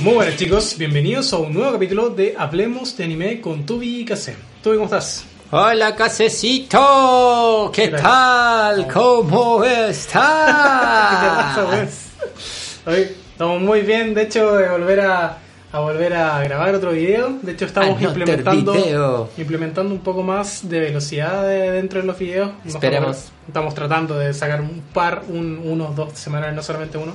Muy buenas chicos, bienvenidos a un nuevo capítulo de Hablemos de Anime con Toby y Kase. Toby, ¿cómo estás? Hola, casecito. ¿Qué Mira. Ah. tal? ¿Cómo Ah. ¿Qué te pasa, pues? weón? estás? Oye, estamos muy bien, de hecho, de volver a, a volver a grabar otro video. De hecho, estamos Another implementando, video. implementando un poco más de velocidad de- dentro de los videos. Nos Esperemos. Estamos, estamos tratando de sacar un par, un, unos dos semanales, no solamente uno.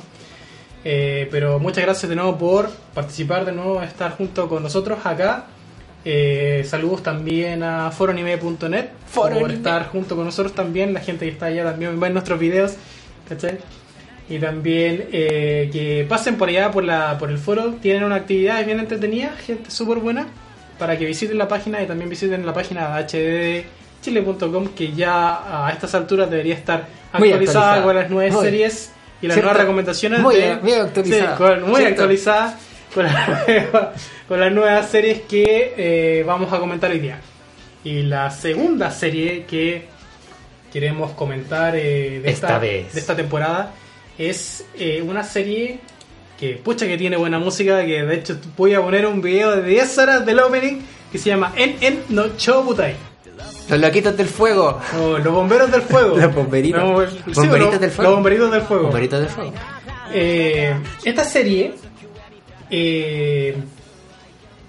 Eh, pero muchas gracias de nuevo por participar, de nuevo estar junto con nosotros acá. Eh, saludos también a foronime.net por Foro Anime. estar junto con nosotros también, la gente que está allá también ve nuestros videos, ¿cachai? Y también eh, que pasen por allá, por, la, por el foro, tienen una actividad bien entretenida, gente súper buena, para que visiten la página y también visiten la página hddchile.com que ya a estas alturas debería estar Muy actualizada, actualizada. con las nueve Muy. series y las ¿Cierto? nuevas recomendaciones. Muy- de- muy actualizada. Sí, con- muy ¿Cierto? actualizada con, la nueva- con las nuevas series que eh, vamos a comentar hoy día. Y la segunda serie que queremos comentar eh, de, Esta vez. de esta temporada es eh, una serie que, pucha, que tiene buena música. Que de hecho voy a poner un video de 10 horas del opening que se llama En En No Chobutai. Los loquitos del fuego. o los bomberos del fuego. Los bomberitos. Los- sí, Bomberitos los- del fuego. Los bomberitos del fuego. Bomberitos del fuego. Eh, esta serie eh,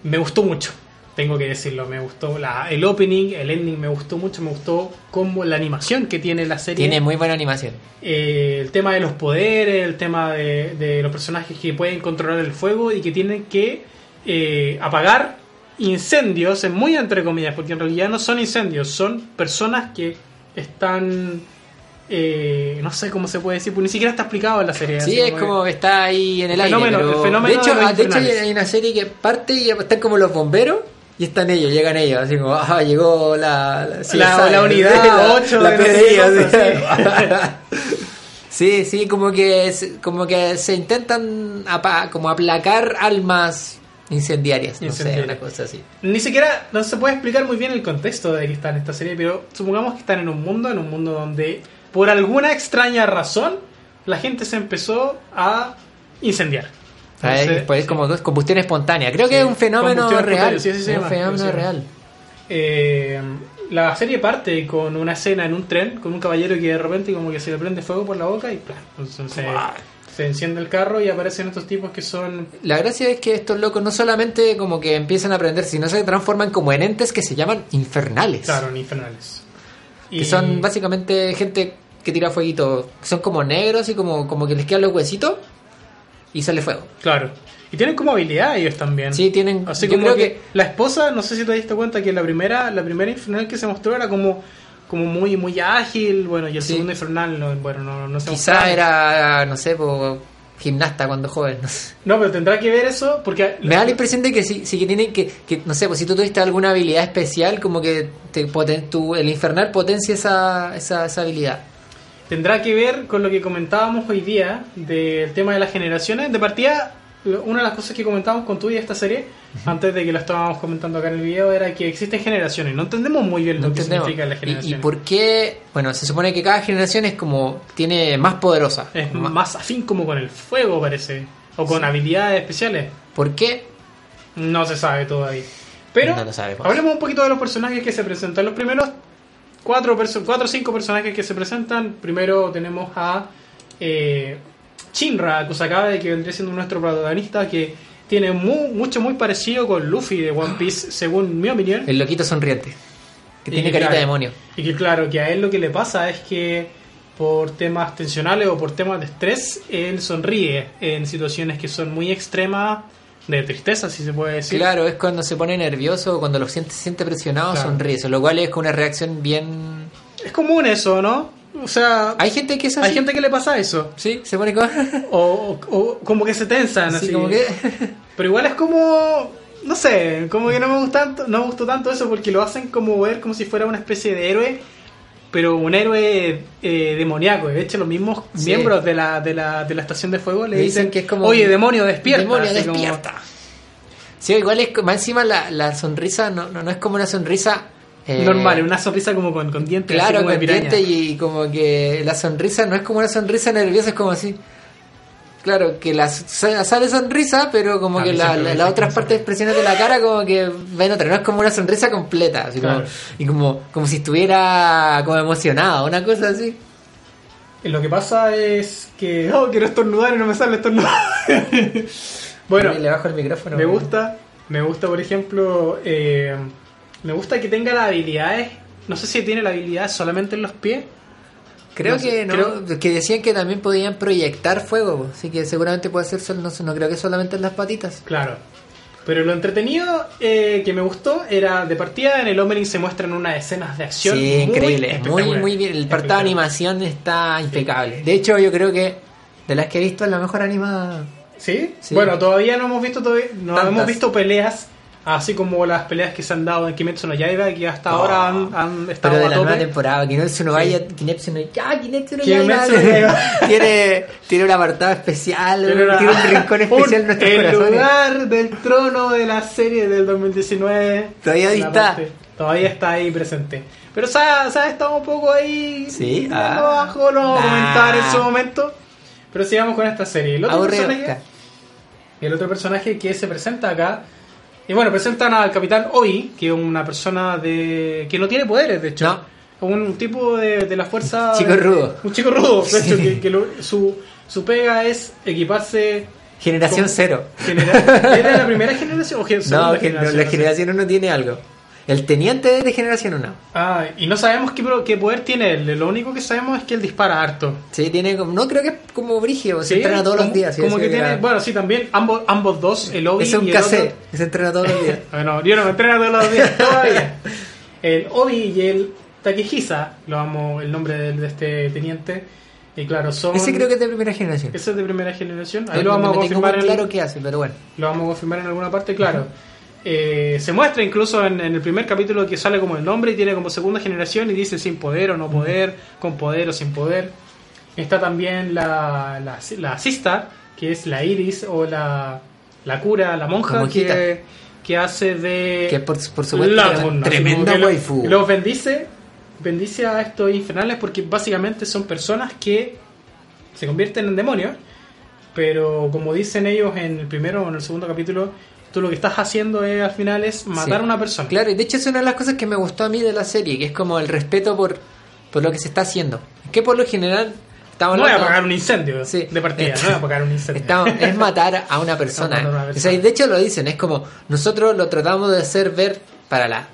me gustó mucho, tengo que decirlo, me gustó la- el opening, el ending me gustó mucho, me gustó como la animación que tiene la serie, Tiene muy buena animación. Eh, el tema de los poderes, el tema de, de los personajes que pueden controlar el fuego y que tienen que eh, apagar incendios, en muy entre comillas, porque en realidad no son incendios, son personas que están... eh, no sé cómo se puede decir, porque ni siquiera está explicado en la serie. Sí, así es que- como que está ahí en el, El aire. fenómeno- pero- el fenómeno de hecho, de los ah, de hecho, hay infernales. hay una serie que parte y están como los bomberos. Y están ellos, llegan ellos, así como, ah, llegó la, la, sí, La- ¿sabes? la unidad la, ocho la de no sé qué PDI, así. Sí, sí, como que, es- como que se intentan apa- como aplacar almas incendiarias, no Incendiarias. sé, una cosa así. Ni siquiera no se puede explicar muy bien el contexto de que está en esta serie, pero supongamos que están en un mundo, en un mundo donde por alguna extraña razón la gente se empezó a incendiar. ¿Sabes? Entonces, Pues es como dos- combustión espontánea. Creo Sí, que es un fenómeno combustión espontánea, real. sí, sí se es llama, un fenómeno sí se llama. real. eh, la serie parte con una escena en un tren con un caballero que de repente como que se le prende fuego por la boca y ¡plá! Entonces, se, se enciende el carro y aparecen estos tipos que son La gracia es que estos locos no solamente como que empiezan a aprender, sino se transforman como en entes que se llaman infernales. claro, infernales. Que son básicamente gente que tira fueguito. Son como negros y como, como que les quedan los huesitos y sale fuego. Claro. Y tienen como habilidad ellos también. Sí, tienen- Así yo como creo que, que- la esposa, no sé si te diste cuenta que la primera, la primera infernal que se mostró era como, como muy, muy ágil, bueno, y el Sí. segundo infernal, no, bueno, no, no se mostró. Quizá era, no sé, po, gimnasta cuando joven. no sé. No, pero tendrá que ver eso porque Me da la impresión de que sí, sí que tienen que, que, no sé, pues si tú tuviste alguna habilidad especial, como que te poten- tu- el infernal potencia esa, esa, esa habilidad. tendrá que ver con lo que comentábamos hoy día del tema de las generaciones. De partida, lo- una de las cosas que comentábamos con tú y esta serie, antes de que lo estábamos comentando acá en el video, era que existen generaciones. No entendemos muy bien No lo que entendemos. significan las ¿Y- ¿Y, generaciones. por qué? Bueno, se supone que cada generación es como. tiene más poderosa. Es Ma- más afín como con el fuego, parece. O con habilidades especiales. ¿Por qué? No se sabe todavía. Pero No lo sabemos. hablemos un poquito de los personajes que se presentan. Los primeros cuatro, perso- cuatro o cinco personajes que se presentan. Primero tenemos a eh, Shinra Kusakabe, que vendría siendo nuestro protagonista, que tiene mu- mucho muy parecido con Luffy de One Piece, según mi opinión. El loquito sonriente. Que tiene Y carita claro, de demonio. Y que claro, que a él lo que le pasa es que por temas tensionales o por temas de estrés, él sonríe en situaciones que son muy extremas de tristeza, si se puede decir. Claro, es cuando se pone nervioso, cuando lo siente, se siente presionado, Claro. sonríe. Eso, Lo cual es una reacción bien. Es común eso, ¿no? O sea, hay, Hay gente que es así. gente que le pasa eso. Sí, se pone como. O, o- o como que se tensan, así así. como que. Pero igual es como... No sé, como que no me, gusta tanto, no me gustó tanto eso porque lo hacen como ver como si fuera una especie de héroe, pero un héroe eh, demoníaco. De hecho, los mismos Sí. miembros de la, de, la, de la estación de fuego le Le dicen, dicen que es como oye, un- demonio, despierta. Demonio, así como- despierta. Sí, igual es. Más encima la, la sonrisa no, no, no es como una sonrisa. eh, normal, una sonrisa como con, con dientes. así Claro, como de con piraña. dientes y como que la sonrisa no es como una sonrisa nerviosa, es como así. Claro, que las sa- sale sonrisa, pero como A que mí la- siempre la- me las dicen otras que partes expresiones de la cara como que ven otra, no es como una sonrisa completa, así como- Claro. y como, como si estuviera como emocionado, una cosa así. Lo que pasa es que. Oh, quiero estornudar y no me sale estornudar. bueno, Y le bajo el micrófono. eh. me gusta. Me gusta, por ejemplo. eh, me gusta que tenga las habilidades. No sé si tiene la habilidad solamente en los pies. Creo No sé, que no, creo- que decían que también podían proyectar fuego, así que seguramente puede ser, sol- no, sé, no creo que solamente en las patitas. Claro. Pero lo entretenido eh, que me gustó era de partida en el opening se muestran unas escenas de acción. Sí, muy increíble, muy espectaculares. muy bien, el apartado de Espectacular. animación está impecable. De hecho, yo creo que de las que he visto es la mejor animada. ¿Sí? Sí. Bueno, todavía no hemos visto todavía- no Tantas. hemos visto peleas así como las peleas que se han dado en Kimetsu no Yaiba que hasta ahora han, han Oh. Pero estado de a la nueva tope. temporada, Kinetsu no vaya, Kinetsu no ya, Kinetsu no Yaiba, Kimetsu no Yaiba. tiene, tiene un apartado especial, Pero era- tiene un rincón especial en un- nuestros el corazones. lugar del trono de la serie del 2019. Todavía ahí La está. parte- todavía está ahí presente. Pero se ha, se ha estado un poco ahí Sí, mirando ah. abajo, lo vamos a Nah. comentar en su momento. Pero sigamos con esta serie. El otro Aburrido. personaje- Y el otro personaje que se presenta acá. Y bueno, presentan al capitán Oi, que es una persona de que no tiene poderes, de hecho. No. Un tipo de, de la fuerza. Chico de- rudo. Un chico rudo, de hecho, Sí. que, que lo- su, su pega es equiparse. Generación Con- cero. genera- ¿Era la primera generación o gen- No, segunda gen- generación? la No sé. generación 1 tiene algo. El teniente es de generación 1. Ah, y no sabemos qué, pro- qué poder tiene él. Lo único que sabemos es que él dispara harto. Sí, tiene como, no creo que es como brígido, se entrena todos como- los días. sí, Como sí, que era- tiene. Bueno, sí, también. Ambos, ambos dos, el Obi es un y el otro- casé, se entrena todos los días. Bueno, yo no me entreno todos los días todavía. El Obi y el Takehisa, lo amo el nombre de, de este teniente. Y claro, son. Ese creo que es de primera generación. Ese es de primera generación. Ahí lo No- no vamos a me tengo muy confirmar. en- claro qué hace, pero bueno. Lo vamos a confirmar en alguna parte, claro. Eh, se muestra incluso en, en el primer capítulo que sale como el nombre y tiene como segunda generación y dice sin poder o no poder, con poder o sin poder. Está también la, la, la sista, que es la iris o la, la cura, la monja La monjita. que, que hace de... Que por, por supuesto Eh, la era mona, tremenda así como que waifu. lo- Los bendice, bendice a estos infernales porque básicamente son personas que se convierten en demonios. Pero como dicen ellos en el primero o en el segundo capítulo, tú lo que estás haciendo es al final es matar Sí. a una persona. Claro, y de hecho es una de las cosas que me gustó a mí de la serie, que es como el respeto por, por lo que se está haciendo. Que por lo general estamos No voy a hablando- apagar un incendio Sí. de partida, Está- no voy a apagar un incendio. Estamos- es matar a una persona. Estamos matando a una O sea, y de hecho lo dicen, es como nosotros lo tratamos de hacer ver para la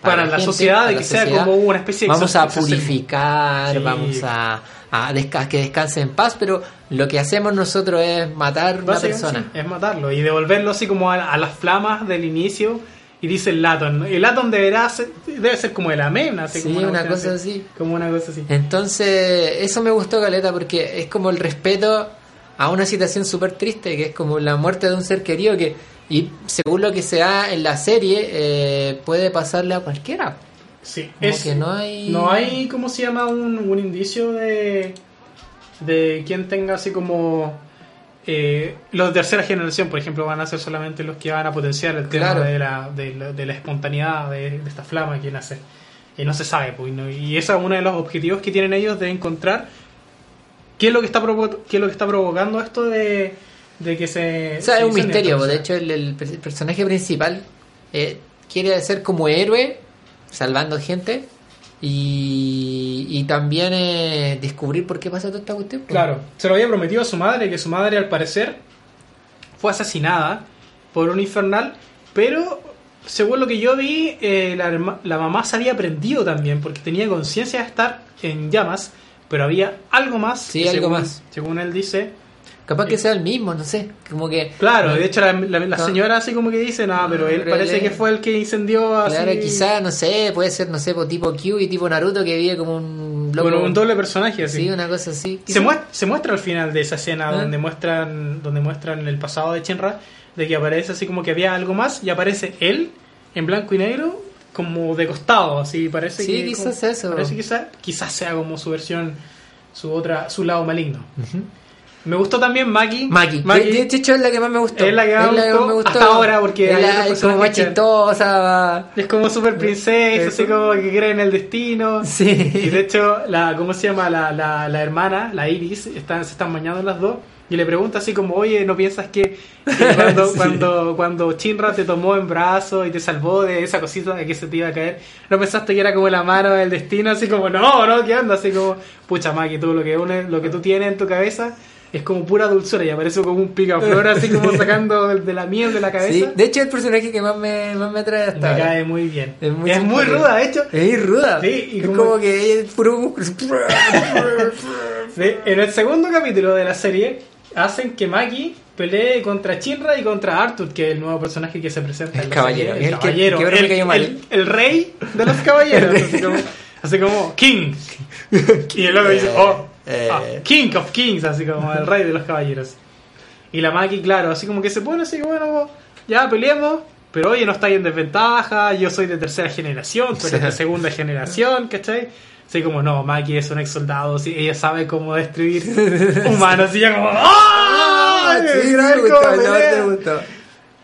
Para la sociedad, de para que sea como una especie de Vamos a exorcismo. purificar, Sí. vamos a, a desca- que descanse en paz, pero lo que hacemos nosotros es matar una Básicamente, persona. sí, es matarlo y devolverlo así como a, a las flamas del inicio. Y dice el Laton. El Laton deberá ser- debe ser como el Amén, así Sí, como una cuestión cosa así. Eh, Como una cosa así. Entonces, eso me gustó, Caleta, porque es como el respeto a una situación súper triste, que es como la muerte de un ser querido, que, y según lo que se da en la serie, eh, puede pasarle a cualquiera. Sí, Como que no hay- No hay, ¿cómo se llama? Un, un indicio de. de quien tenga así como. eh, los de tercera generación, por ejemplo, van a ser solamente los que van a potenciar el tema Claro. de, la, de, la, de la espontaneidad de, de esta flama que nace. Y no se sabe, pues, no- y ese es uno de los objetivos que tienen ellos de encontrar qué es lo que está, provo- qué es lo que está provocando esto de, de que se. O sea, se es un incendie misterio, esta de cosa. hecho el, el per- personaje principal eh, quiere ser como héroe, salvando gente, y, y también eh, descubrir por qué pasa toda esta cuestión. pues. Claro, se lo había prometido a su madre, que su madre al parecer fue asesinada por un infernal, pero según lo que yo vi, eh, la, herma- la mamá se había prendido también, porque tenía conciencia de estar en llamas, pero había algo más. Sí, que algo según- más. Según él dice. Capaz que sea el mismo, no sé, como que... Claro, de hecho la, la- la Ah. señora así como que dice, nada, pero él Pero parece él- que fue el que incendió así. Claro, quizá, no sé, puede ser, no sé, po- tipo Q y tipo Naruto que vive como un Bueno, un doble personaje así. Sí, una cosa así. Se, Quizá- muest- se muestra al final de esa escena Ah. donde muestran donde muestran el pasado de Chenra, de que aparece así como que había algo más y aparece él en blanco y negro como de costado, así parece Sí, que quizás como- sea eso. Parece quizá- quizás sea como su versión su otra su lado maligno. Ujú. Me gustó también Maki. Maki. De, de hecho, es la que más me gustó. Es la que más me gustó hasta ahora, porque es, hay la- otros es como personajes más que- chistosa. Es como super princesa, así como que cree en el destino. Y Sí. de hecho, la, ¿cómo se llama? La, la, la hermana, la Iris, están, se están bañando las dos. Y le pregunta así como, oye, ¿no piensas que que cuando, Sí. cuando, cuando Chinra te tomó en brazos y te salvó de esa cosita de que se te iba a caer, ¿no pensaste que era como la mano del destino? Así como, no, no, ¿qué onda? Así como, pucha Maki, tú lo que, une- lo que tú tienes en tu cabeza es como pura dulzura y aparece como un picaflor así como sacando de, de la miel de la Sí. cabeza. De hecho, es el personaje que más me, más me atrae Me hasta ahora. cae muy bien. Es muy, simpática. ruda, de hecho. Es ruda. Sí, y es como- como que ella es puro músculo. De- en el segundo capítulo de la serie hacen que Maki pelee contra Shinra y contra Arthur, que es el nuevo personaje que se presenta. El en la caballero, serie. El, el que- caballero. que ahora me el, cayó mal. el- el rey de los caballeros. así, como, así como, King. Y el otro dice, oh, Eh, ah, King of Kings, así como el rey de los caballeros. Y la Maki, claro, así como que se pone así, que, bueno, ya peleemos. Pero oye, no estáis en desventaja, yo soy de tercera generación, tú eres de segunda generación, ¿cachai? Así como, no, Maki es un ex soldado, sí, ella sabe cómo destruir humanos, y ya como, ¡ah! Ah, sí, Mira me cómo gustaba, no, pelea. te gustaba.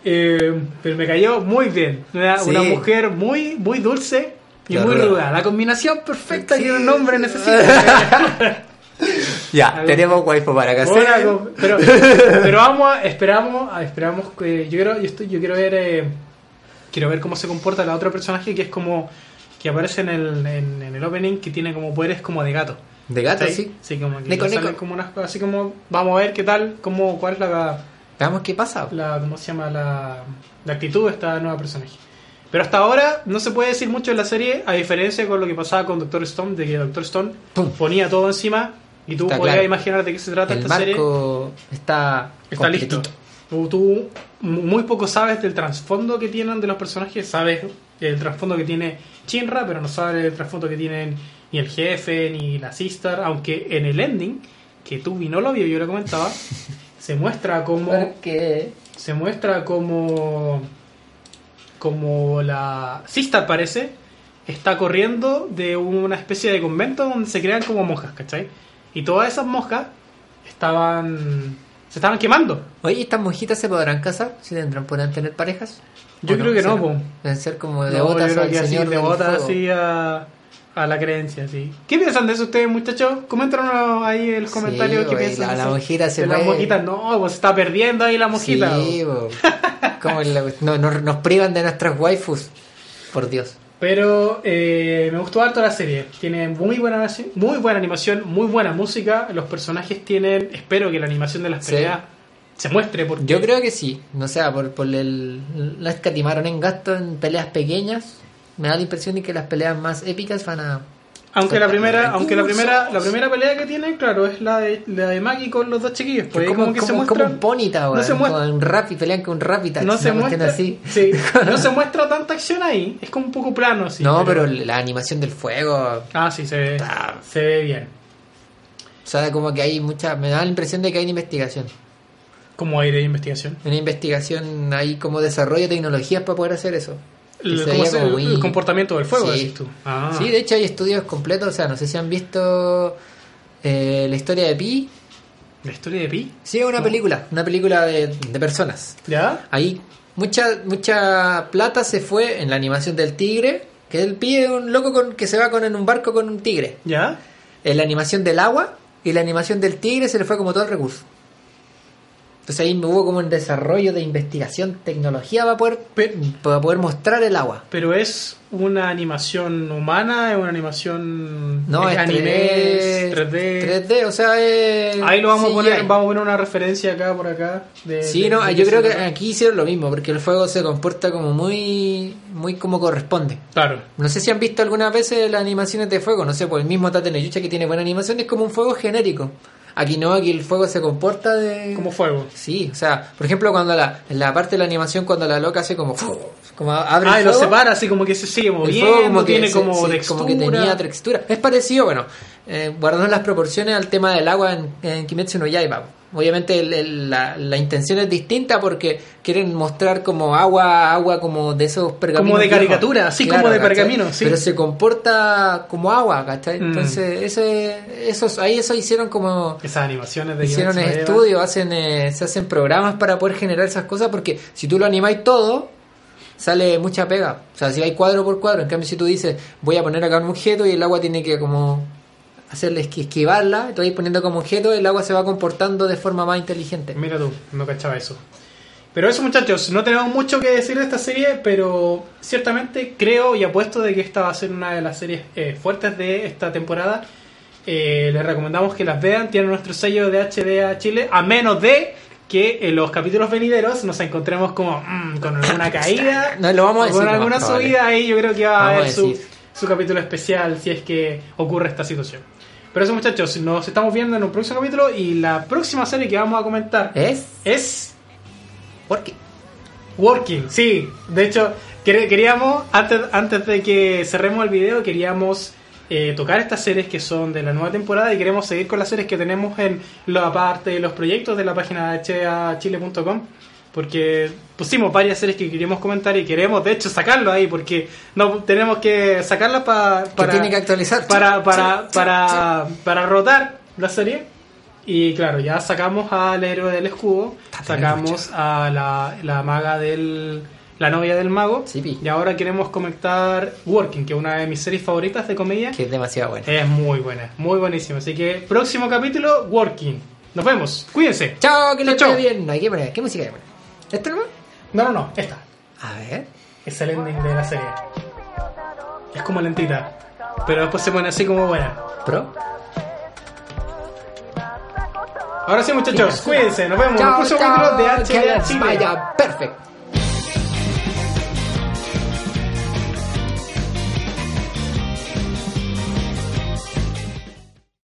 Eh, pero me cayó muy bien. Una, Sí. una mujer muy, muy dulce y La muy ruda. ruda. La combinación perfecta que Sí. un hombre necesita. Ya, tenemos waifu para Ahora, casar. como- pero, pero vamos a- esperamos, a- esperamos que yo quiero, yo estoy, yo quiero ver eh, quiero ver cómo se comporta la otra personaje que es como que aparece en el, en, en el opening que tiene como poderes como de gato. De gato, ¿cachai? sí. como que Nico, le salen Nico. como unas cosas así como vamos a ver qué tal, cómo, cuál es la Veamos qué pasa. la, ¿cómo se llama? La, la actitud de esta nueva personaje. Pero hasta ahora no se puede decir mucho de la serie, a diferencia con lo que pasaba con Doctor Stone, de que Doctor Stone Pum. ponía todo encima y tú Está podías claro. imaginar de qué se trata El esta serie. marco está. Está completito. listo. Tú, tú mu- muy poco sabes del trasfondo que tienen de los personajes, sabes el trasfondo que tiene Chinra, pero no sabes el trasfondo que tienen ni el jefe, ni la sister, aunque en el ending, que Tubi no lo vio, yo lo comentaba, se muestra como Porque. se muestra como como la Sistar parece está corriendo de una especie de convento donde se crean como monjas, ¿cachai? Y todas esas monjas estaban se estaban quemando. Oye, ¿estas monjitas se podrán casar? ¿Si tendrán, podrán tener parejas? Yo ¿O creo que no, ¿Será? po. Deben ser como No, devotas yo creo al que así, señor del devotas fuego. así a, a la creencia, sí. ¿Qué piensan de eso ustedes, muchachos? Coméntanos ahí en los comentarios Sí, qué güey, piensan. la- de la eso. monjita se De las fue. monjitas, no, pues se está perdiendo ahí la pues. monjita. Sí, bo. Como la- no, no- nos privan de nuestras waifus. Por Dios. Pero eh, me gustó harto la serie. Tiene muy buena, animación- muy buena animación, muy buena música. Los personajes tienen. Espero que la animación de las Sí. peleas se muestre. Porque Yo creo que sí. No sea, por, por el. La escatimaron en gasto en peleas pequeñas. Me da la impresión de que las peleas más épicas van a. Aunque la primera, Incluso. aunque la primera, la primera pelea que tienen, claro, es la de, la de Maki con los dos chiquillos. Pues ahí como, que se muestra. un ponita, no se muestra- Con rap y pelean con rap y tal. No una se cuestión muestra. así. sí, no se muestra tanta acción ahí. Es como un poco plano, sí. no, pero... la animación del fuego. Ah, sí, se ve. Ah. Se ve bien. O sea, como que hay mucha. Me da la impresión de que hay una investigación. Como aire de investigación. Una investigación ahí como desarrollo de tecnologías para poder hacer eso. Que El, se cómo veía se- como el- muy- el comportamiento del fuego, Sí. decís tú. Ah. Sí, de hecho hay estudios completos. O sea, no sé si han visto eh, la historia de Pi. La historia de Pi. Sí, es una No. película. Una película de, de personas. ¿Ya? Ahí mucha, mucha plata se fue en la animación del tigre. Que el Pi es un loco con, que se va con, en un barco con un tigre. ¿Ya? en la animación del agua y la animación del tigre se le fue como todo el recurso. Entonces ahí hubo como un desarrollo de investigación, tecnología para poder, Pe- para poder mostrar el agua. Pero es una animación humana, es una animación No, es anime, 3D, 3D. 3D, o sea, es Eh, Ahí lo vamos a CGI. poner, vamos a poner una referencia acá por acá. de- Sí, de- no, de yo qué creo se que eh, trata. aquí hicieron lo mismo, porque el fuego se comporta como muy, muy como corresponde. Claro. No sé si han visto algunas veces las animaciones de fuego, no sé, por el mismo Tate no Yucha que tiene buena animación, es como un fuego genérico. Aquí no, aquí el fuego se comporta de... Como fuego. Sí, o sea, por ejemplo, cuando la, en la parte de la animación, cuando la loca hace como, ¡fu! como abre Ah, y el lo fuego, separa así como que se sigue el moviendo, fuego como que tiene se- como sí, textura. como que tenía textura. Es parecido, bueno, eh, guardando las proporciones al tema del agua en, en Kimetsu no Yaiba. Obviamente el- el- la, la intención es distinta porque quieren mostrar como agua, agua como de esos pergaminos. Como de viejos. caricatura, sí, como de ¿cachai? pergamino, sí. Pero se comporta como agua, ¿cachai? Mm. Entonces, eso, es- eso, ahí eso hicieron como... Esas animaciones de Hicieron Guillermo Saavedra. estudios, hacen, eh, se hacen programas para poder generar esas cosas porque si tú lo animáis todo, sale mucha pega. O sea, si hay cuadro por cuadro, en cambio si tú dices, voy a poner acá un objeto y el agua tiene que como hacerle esqui- esquivarla, tú vas poniendo como objeto, el agua se va comportando de forma más inteligente. Mira tú, no cachaba eso. Pero eso muchachos, no tenemos mucho que decir de esta serie, pero ciertamente creo y apuesto de que esta va a ser una de las series eh, fuertes de esta temporada. Eh, les recomendamos que las vean, tienen nuestro sello de HDA Chile, a menos de que en los capítulos venideros nos encontremos como mm, con alguna caída, No, lo vamos a o con decir, lo alguna más probable. subida ahí, yo creo que va a Vamos a haber su, decir. su capítulo especial si es que ocurre esta situación. Pero eso muchachos, nos estamos viendo en un próximo capítulo y la próxima serie que vamos a comentar ¿Es? es Porque Working, sí. De hecho, quer- queríamos, antes, antes de que cerremos el video, queríamos eh, tocar estas series que son de la nueva temporada y queremos seguir con las series que tenemos en la parte de los proyectos de la página hachile.com porque pusimos varias series que queríamos comentar y queremos, de hecho, sacarlo ahí porque no tenemos que sacarlas pa- para tiene que actualizar. para, para, Sí, sí, sí. para, para rotar la serie. Y claro, ya sacamos al héroe del escudo, sacamos a la, la maga del. la novia del mago. Sí, pi. Y ahora queremos comentar Working, que es una de mis series favoritas de comedia. Que es demasiado bueno. Es muy buena, muy buenísima. Así que próximo capítulo, Working. Nos vemos, cuídense. Chao, que les Chao, vaya chao. bien. Hay que poner, ¿qué música hay que poner? ¿Esto nomás? No, no, no, esta. A ver. Es el ending de la serie. Es como lentita, pero después se pone así como buena. Pro. Ahora sí, muchachos, cuídense. Nos vemos en el Chao, próximo chao, capítulo de que HDA les Chile. vaya perfecto.